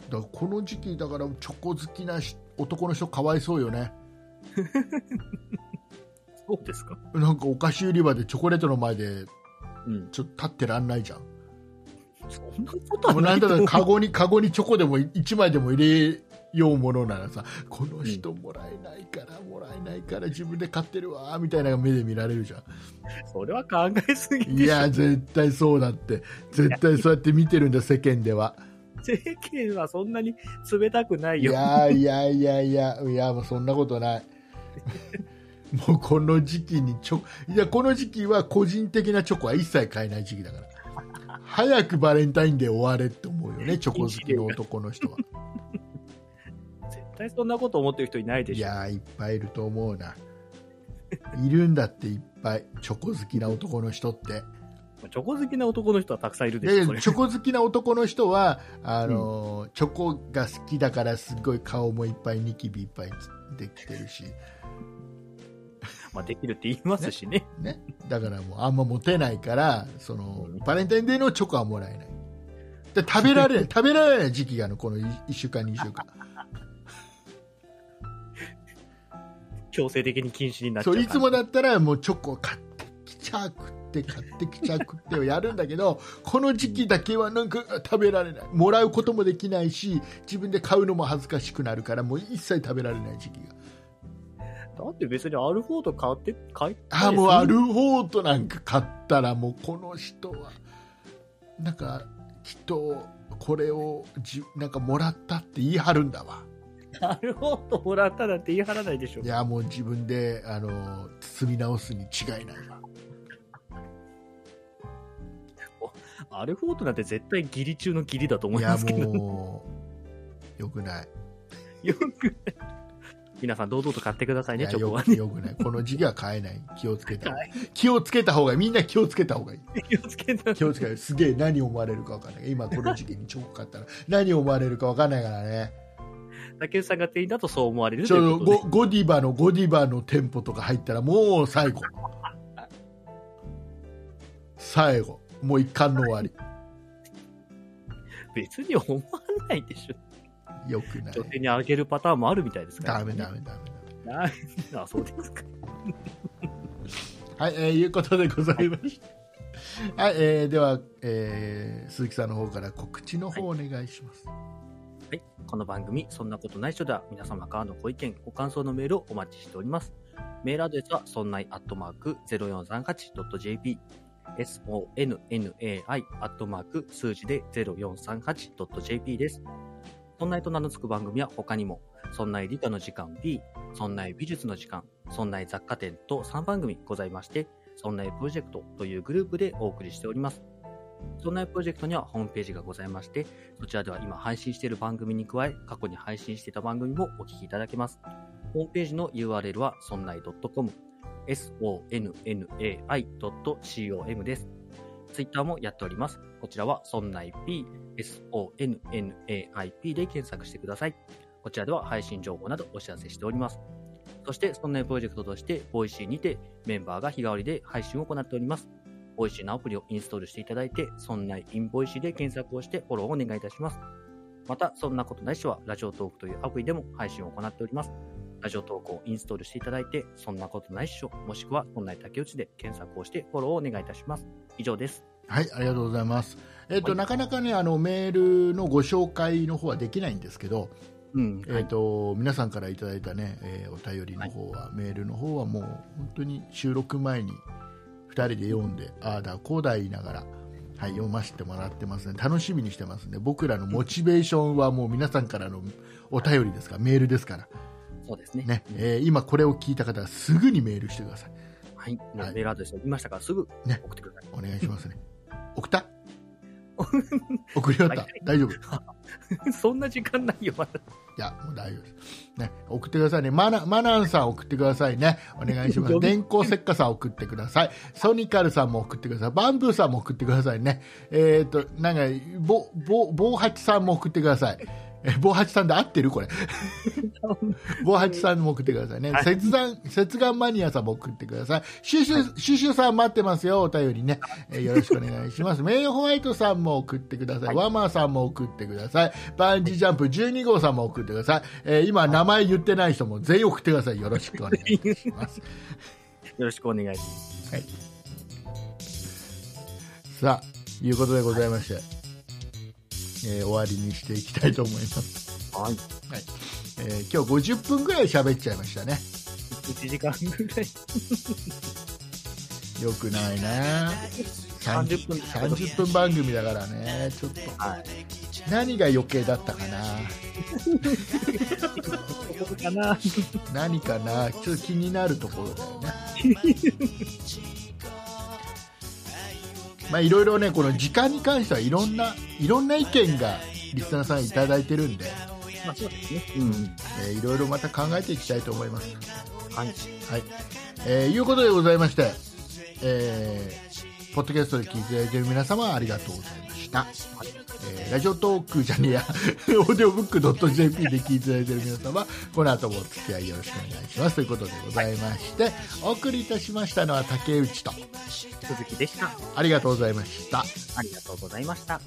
B: だからこの時期だからチョコ好きなし男の人かわいそうよね
C: そうですか
B: なんかお菓子売り場でチョコレートの前で
C: うん。
B: ちょっと立ってらんないじゃん
C: そんなことは
B: もう
C: な
B: ないん
C: と
B: だ
C: 思
B: ろ
C: う
B: うカゴにカゴにチョコでも1枚でも入れようものならさこの人もらえないから、もらえないから自分で買ってるわみたいな目で見られるじゃん
C: それは考えすぎ
B: い
C: でしょ
B: や絶対そうだって絶対そうやって見てるんだ世間では
C: 世間はそんなに冷たくない
B: い
C: よ
B: やいやいやいやいやもうそんなこと ないもうこの時期にチョコいやこの時期は個人的なチョコは一切買えない時期だから早くバレンタインデー終われって思うよ ねチョコ好きの男の人は
C: 絶対そんなこと思ってる人いないで
B: い
C: しょ
B: やーいっぱいいると思うないるんだっていっぱいチョコ好きな男の人って
C: チョコ好きな男の人はたくさんいるで
B: いやい
C: し
B: や
C: ょそれ
B: チョコ好きな男の人はあのー、チョコが好きだからすごい顔もいっぱいニキビいっぱいできてるし、
C: まあできるって言いますしね
B: ね、だからもうあんまモテないからそのバレンタインデーのチョコはもらえないで食べられない食べられない時期があるのこの1週間2週間
C: 強制的に禁止になっちゃ
B: そうういつも
C: だ
B: だったらもうチョコを買ってきちゃくって買ってきちゃくってをやるんだけどこの時期だけはなんか食べられないもらうこともできないし自分で買うのも恥ずかしくなるからもう一切食べられない時期が
C: って別にアルフォート買って買い
B: あーもうアルフォートなんか買ったらもうこの人はなんかきっとこれをじなんかもらったって言い張るんだわ
C: アルフォートもらったなんて言い張らないでしょ
B: いやもう自分であの包み直すに違いないわ
C: アルフォートなんて絶対ギリ中のギリだと思
B: い
C: い
B: や
C: ますけど
B: もうよく ない
C: よく皆さん堂々と買ってください
B: い
C: ね
B: や
C: チョコ
B: よ
C: は
B: くよくない。この時期は買えない。気をつけた方が
C: はい
B: い。気をつけた方がいい。みんな気をつけた方がいい。
C: 気をつけた
B: 気をつけた方がいい。すげえ何思われるか分かんない。今この時期にチョコ買ったら何思われるか分かんないからね。
C: 竹内さんが店員だとそう思われる
B: ち
C: とい
B: ょ
C: う
B: うど
C: ことで
B: ゴゴディバのゴディバの店舗とか入ったらもう最後。最後。もう一巻の終わり。
C: 別に思わないでしょ
B: よくない。
C: 女性にあげるパターンもあるみたいですから
B: ダメダメダメダメ。
C: な あそうですか
B: はい、えーいうことでございました。はい、えーでは、えー鈴木さんの方から告知の方お願いします。
C: はい、この番組、そんなことない人では、皆様からのご意見、ご感想のメールをお待ちしております。メールアドレスは、そんないアットマーク 0438.jp、sonnai アットマーク数字で 0438.jp です。そんないと名の付く番組は他にも、そんない理科の時間 B、そんない美術の時間、そんない雑貨店と3番組ございまして、そんないプロジェクトというグループでお送りしております。そんないプロジェクトにはホームページがございまして、そちらでは今配信している番組に加え、過去に配信していた番組もお聞きいただけます。ホームページの URL は、そんない .com、sonnai.com です。ツイッターもやっております。こちらは、そんない p、sonnaip で検索してください。こちらでは配信情報などお知らせしております。そして、そんないプロジェクトとして、ボイシーにてメンバーが日替わりで配信を行っております。ボイシーのアプリをインストールしていただいて、そんなインボイシーで検索をしてフォローをお願いいたします。また、そんなことないしは、ラジオトークというアプリでも配信を行っております。ラジオトークをインストールしていただいて、そんなことないっしょ、もしくは、そんな竹内で検索をしてフォローをお願いいたします。以上です。
B: はい、ありがとうございます。えっ、と、
C: はい
B: なかなかね、あのメールのご紹介の方はできないんですけど。
C: うん。
B: えっ、と、皆さんからいただいたね、えーお便りの方は、メールの方はもう、本当に収録前に。二人で読んで、ああだこうだ言いながら。はい、読ませてもらってますね。楽しみにしてますね。僕らのモチベーションはもう皆さんからのお便りですから、メールですから。
C: そうですね。
B: ね、えー今これを聞いた方はすぐにメールしてください。
C: はい。メ
B: はい
C: ールアドレスを言いましたから、すぐ
B: ね
C: 送ってください。
B: お願いし ますね。送った。送り終わった。大丈夫。
C: そんな時間ないよ、まだ。
B: いや、もう大丈夫です。ね、送ってくださいね。マナ、マナンさん送ってくださいね。お願いしま
C: 呼
B: す。
C: び
B: 電光石火さん送ってください。ソニカルさんも送ってください。バンブーさんも送ってくださいね。えっ、と、なんか、ぼ、ぼ、ぼうはちさんも送ってください。え、ぼうはちさんで合ってる これ。ぼうはちさんも送ってくださいね。
C: はい
B: 切断、切眼マニアさんも送ってください。シュシュ、シュシュさん待ってますよ。お便りね。えーよろしくお願いします。メイホワイトさんも送ってください。
C: はい
B: ワマーさんも送ってください。バンジージャンプ12号さんも送ってください。えー今、名前言ってない人も全員送ってください。よろしくお願いします。
C: よろしくお願いします。
B: さあ、いうことでございまして、えー終わりにしていきたいと思います、
C: はい。
B: えー今日50分ぐらい喋っちゃいましたね
C: 1時間ぐらい。
B: よくないな
C: 30分
B: 30分番組だからねちょっと
C: はい。
B: 何が余計だったかな
C: ここかな。
B: 何かなちょっと気になるところだよね まあいろいろねこの時間に関してはいろんないろんな意見がリスナーさんいただいてるんで、
C: まあそうですね。うん。
B: えーいろいろまた考えていきたいと思います
C: はい。
B: はい、えーいうことでございまして、えーポッドキャストで聞いていただいている皆様ありがとうございました、えーラジオトークじゃねえや オーディオブックドット JP で聞いていただいている皆様この後もお付き合いよろしくお願いしますということでございまして、お送りいたしましたのは竹内と
C: 続きでした。
B: ありがとうございました
C: ありがとうございました。